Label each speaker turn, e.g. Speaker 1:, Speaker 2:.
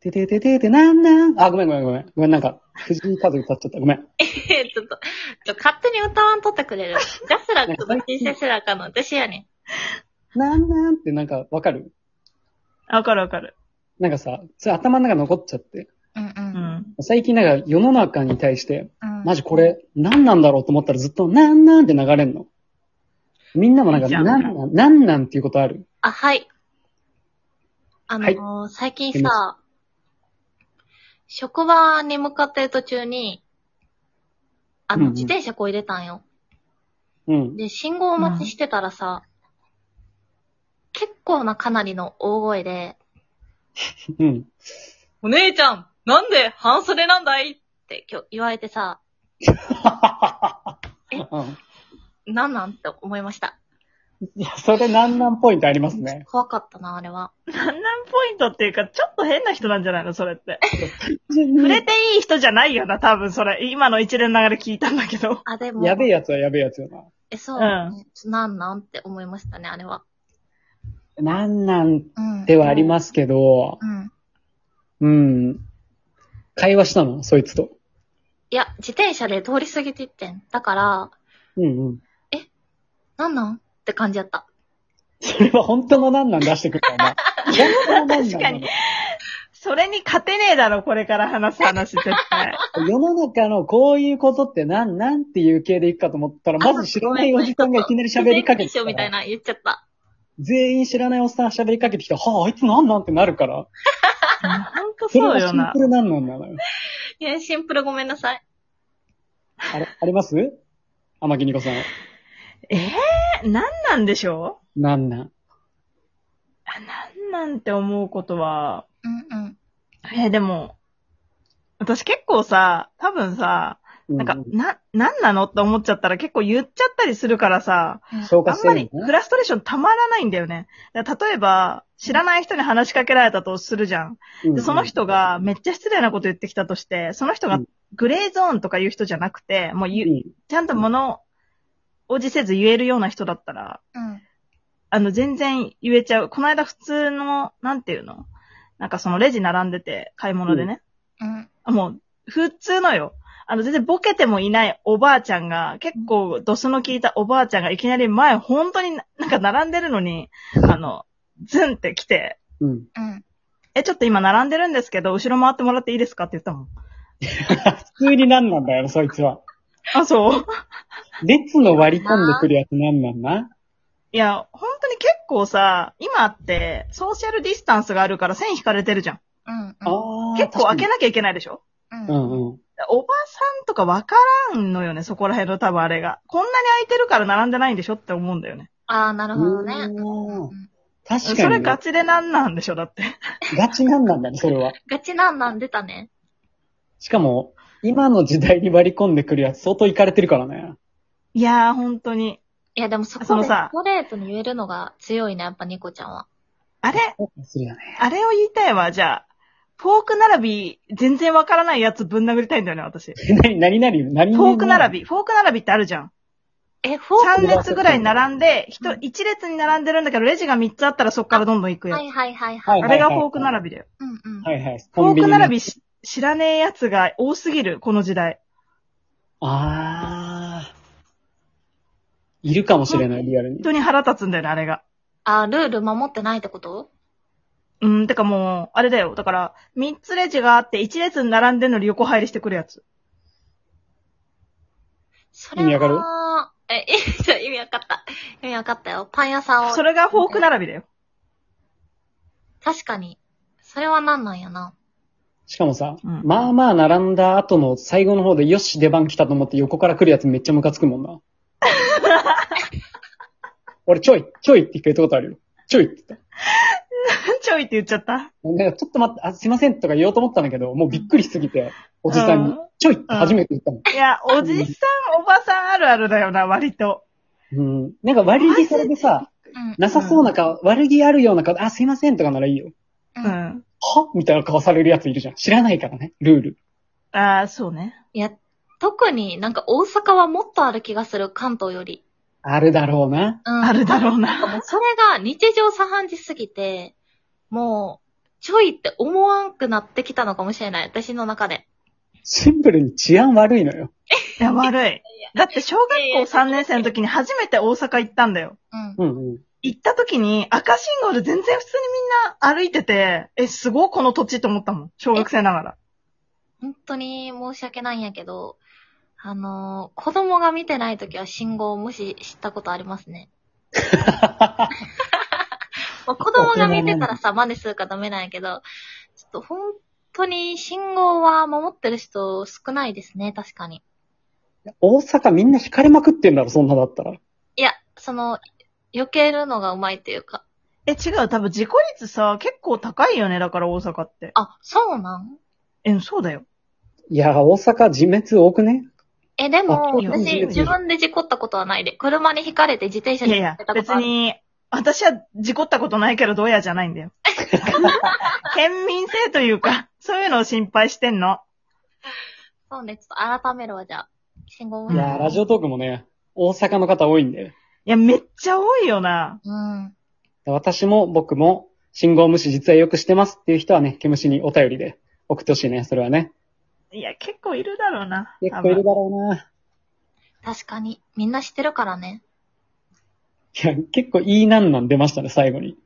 Speaker 1: ててててて、なんなん。あ、ごめんごめんごめん。ごめん、なんか、藤井風歌っちゃった。ごめん。
Speaker 2: え、ちょっと、ちょ、勝手に歌わんとってくれる。ジャスラック、藤井先生らかの私やねん。
Speaker 1: なんなんってなんか、わかる
Speaker 3: わかるわかる。
Speaker 1: なんかさ、それ頭の中残っちゃって。
Speaker 2: うんう。
Speaker 3: うんん。
Speaker 1: 最近なんか世の中に対して、
Speaker 2: うん
Speaker 1: マジこれ、何なんだろうと思ったらずっと、なんなんって流れんの。みんなもなんか、
Speaker 3: いいじゃん
Speaker 1: なんなん、なんなんっていうことある
Speaker 2: あ、はい。あのー最近
Speaker 1: いけ
Speaker 2: さ、職場に向かってる途中に、あ
Speaker 1: うんう
Speaker 2: の、
Speaker 1: ん
Speaker 2: 自転車こう入れたんよ。
Speaker 1: うん。
Speaker 2: で、信号待ちしてたらさ、結構なかなりの大声で、
Speaker 1: うん。
Speaker 2: お姉ちゃん、なんで半袖なんだいって今日言われてさ、え
Speaker 1: うん
Speaker 2: なんなんって思いました。
Speaker 1: いや、それなんなんポイントありますね。
Speaker 2: 怖かったな、あれは。
Speaker 3: なんなんポイントっていうか、ちょっと変な人なんじゃないのそれって。触
Speaker 1: 触
Speaker 3: れていい人じゃないよな、多分それ。今の一連の流れ聞いたんだけど。
Speaker 2: あ、でも、
Speaker 1: やべえやつはやべえやつよ
Speaker 2: え、そう、
Speaker 3: うん
Speaker 2: なんなんって思いましたね、あれは。
Speaker 1: な。なんなん
Speaker 2: うん。
Speaker 1: ではありますけど、
Speaker 2: うん。
Speaker 1: うん。会話したのそいつと。
Speaker 2: いや、自転車で通り過ぎていってん。だから、
Speaker 1: うんうん。
Speaker 2: なんなんって感じやった。
Speaker 1: それは本当のなんなん出してくるからな。本当のなんなん
Speaker 3: 確かにそれに勝てねえだろ、これから話す話、絶対。
Speaker 1: 世の中のこういうことってなんなんっていう系でいくかと思ったら、まず知らないおじさんがいきなり喋りかけて
Speaker 2: 自転車でしょみたいな言っちゃった。
Speaker 1: 全員知らないおっさん喋りかけてきたはあ、あいつなんなんってなるから。
Speaker 3: ほんと
Speaker 1: それ
Speaker 3: そう
Speaker 1: は
Speaker 3: よ
Speaker 1: シン
Speaker 3: な
Speaker 1: プ。ルなんなんなのよ。
Speaker 2: いや、シンプルごめんなさい。
Speaker 1: あれ、あります天木ニコさん。
Speaker 3: ええなんなんでしょう
Speaker 1: なんなん。
Speaker 3: あなんなんて思うことは、
Speaker 2: うんうん。
Speaker 3: えーでも、私結構さ、多分さ、
Speaker 1: う
Speaker 3: なんか、な、なんなのって思っちゃったら結構言っちゃったりするからさ、
Speaker 1: 消化
Speaker 3: あ
Speaker 1: し
Speaker 3: ん
Speaker 1: て
Speaker 3: ま
Speaker 1: る
Speaker 3: り
Speaker 1: の
Speaker 3: フ
Speaker 1: ね。
Speaker 3: ラストレーション溜まらないんだよね。だから例えば、知らない人に話しかけられたとするじゃん。
Speaker 1: うんう
Speaker 3: で、
Speaker 1: ん
Speaker 3: その人がめっちゃ失礼なこと言ってきたとして、その人
Speaker 1: う
Speaker 3: が
Speaker 1: ん
Speaker 3: グレーゾーンとかいう人じゃなくて、もう
Speaker 1: う
Speaker 3: ゆ
Speaker 1: ん
Speaker 3: ちゃんと物おじせず言えるような人だったら、
Speaker 2: うん。
Speaker 3: あの、全然言えちゃう。この間普通の、なんていうのなんかそのレジ並んでて、買い物でね。
Speaker 2: うん。
Speaker 3: あもう、普通のよ。あの、全然ボケてもいないおばあちゃんが、結構ドスの効いたおばあちゃんがいきなり前、本当にななんか並んでるのに、あの、ズンって来て、
Speaker 1: うん。
Speaker 2: うん。
Speaker 3: え、ちょっと今並んでるんですけど、後ろ回ってもらっていいですかって言ったもん。
Speaker 1: 普通になんなんだよ、そいつは。
Speaker 3: あ、 そう。
Speaker 1: 列の割り込んでくるやつなんなんな。
Speaker 3: いや、本当に結構さ、今って、ソーシャルディスタンスがあるから線引かれてるじゃん。
Speaker 2: うん。
Speaker 1: あー
Speaker 3: 結構開け
Speaker 1: 確
Speaker 3: なきゃいけないでしょ
Speaker 2: う。
Speaker 1: かにうんんうん。
Speaker 3: おばさんとかわからんのよね、そこら辺の多分あれが。こんなに空いてるから並んでないんでしょって思うんだよね。
Speaker 2: ああ、なるほどね。
Speaker 1: おー
Speaker 2: うん
Speaker 1: 確か
Speaker 3: そ
Speaker 1: にね、
Speaker 3: れガチでなんなんでしょだって。
Speaker 1: ガチなんなんだね、それは。
Speaker 2: ガチなんなん出たね。
Speaker 1: しかも、今の時代に割り込んでくるやつ相当いかれてるからね。
Speaker 3: いやー、本当に。
Speaker 2: いや、でもそこ
Speaker 3: そ
Speaker 2: で
Speaker 3: の
Speaker 2: ス
Speaker 3: さ
Speaker 2: トレートに言えるのが強いね、やっぱニコちゃんは。
Speaker 3: あれ、
Speaker 1: するよね。
Speaker 3: あれを言いたいわ、じゃあ。フォーク並び、全然わからないやつぶん殴りたいんだよね、私。
Speaker 1: 何、何々、何
Speaker 3: フォーク並
Speaker 1: び。
Speaker 3: び。フォーク並びってあるじゃん。
Speaker 2: え、フォー
Speaker 3: 3列ぐらい並んで、一一列に並んでるんだけど、レジが3つあったらそっからどんどん行く
Speaker 2: ク
Speaker 3: や
Speaker 2: は
Speaker 3: つ。
Speaker 2: いはいはいは。
Speaker 1: はいい
Speaker 3: あれがフォーク並びだよ。
Speaker 2: うんうん。
Speaker 1: はいはい。
Speaker 3: フォーク並
Speaker 1: び。
Speaker 3: びし知らねえやつが多すぎる、この時代。
Speaker 1: あー。いるかもしれない、リアルに
Speaker 3: 本。当に腹立つんだよね、あれが。
Speaker 2: あー、ルール守ってないってこと
Speaker 3: うん、てかもう、あれだよ。だから、三つレジがあって、一列に並んでんのに横入りしてくるやつ。
Speaker 2: それ
Speaker 1: 意味わかる
Speaker 2: は、え、意味わかった。意味わかったよ。パン屋さんを
Speaker 3: そ。れがフォーク並びだよ。
Speaker 2: 確かに。それはなんなんやな。
Speaker 1: しかもさ、
Speaker 3: うん
Speaker 1: まあまあ並んだ後の最後の方で、よし、出番来たと思って横から来るやつめっちゃムカつくもん な。俺、ちょい、ちょいって聞こえたことあるよ。ちょいって言った。
Speaker 3: ちょいって言っちゃった。
Speaker 1: なんかちょっと待って、あ、すいませんとか言おうと思ったんだけど、もうびっくりしすぎて、おじさんに、
Speaker 3: うん
Speaker 1: ちょいって初めて言ったの。
Speaker 3: いや、おじさん、おばさんあるあるだよな、割と。
Speaker 1: うん。なんか割りそれでさ、
Speaker 2: うん。
Speaker 1: なさそうな顔、悪気あるような顔、あ、すいませんとかならいいよ。
Speaker 2: う。
Speaker 3: うんん。
Speaker 1: はみたいな顔されるやついるじゃん。知らないからね、ルール。
Speaker 3: ああ、そうね。
Speaker 2: いや、特になんか大阪はもっとある気がする、関東より。
Speaker 1: あるだろうな。
Speaker 2: うん。
Speaker 3: あるだろう
Speaker 2: なんか
Speaker 3: な。
Speaker 2: もうそれが日常茶飯事すぎて、もう、ちょいって思わんくなってきたのかもしれない。私の中で。
Speaker 1: シンプルに治安悪いのよ。
Speaker 3: いや、悪い。だって小学校3年生の時に初めて大阪行ったんだよ。
Speaker 2: うん。
Speaker 1: うんうん。
Speaker 3: 行った時に赤信号で全然普通にみんな歩いてて、え、すごいこの土地と思ったもん。小学生ながら。
Speaker 2: 本当に申し訳ないんやけど、あのー子供が見てない時は信号を無視したことあります ね。もう子供が見てたらさ、真似するかダメなんやけど、ちょっと本当に信号は守ってる人少ないですね、確かに。
Speaker 1: 大阪みんな惹かれまくってんだろ、そんなだったら。
Speaker 2: いや、その、避けるのがうまいっていうか。
Speaker 3: え、違う。多分事故率さ、結構高いよね。だから大阪って。
Speaker 2: あ、そうなん
Speaker 3: え、そうだよ。
Speaker 1: いや、大阪自滅多くね
Speaker 2: え、で
Speaker 1: あ
Speaker 2: も、
Speaker 1: い
Speaker 3: やいい
Speaker 2: 私、
Speaker 3: よ
Speaker 2: 自分で事故ったことはないで、車にひかれて自転車
Speaker 3: いや
Speaker 2: に
Speaker 3: い
Speaker 2: ひか
Speaker 3: や
Speaker 2: れた、こ
Speaker 3: 別
Speaker 2: とある。
Speaker 3: に、私は事故ったことないけどどうやじゃないんだ よ。県民性というか、そういうのを心配してんの。
Speaker 2: そうね、ちょっと改めるわ、じゃあ。信号無
Speaker 1: い
Speaker 2: 視。
Speaker 1: や、ラジオトークもね、大阪の方多いんで。
Speaker 3: いや、めっちゃ多いよな。
Speaker 2: うん。
Speaker 1: 私も僕も信号無視実はよくしてますっていう人はね、毛虫にお便りで送ってほしいね、それはね。
Speaker 3: いや、結構いるだろうな。
Speaker 1: 結構いるだろうな。
Speaker 2: 確かに。みんな知ってるからね。
Speaker 1: いや、結構いいなんなん出ましたね、最後に。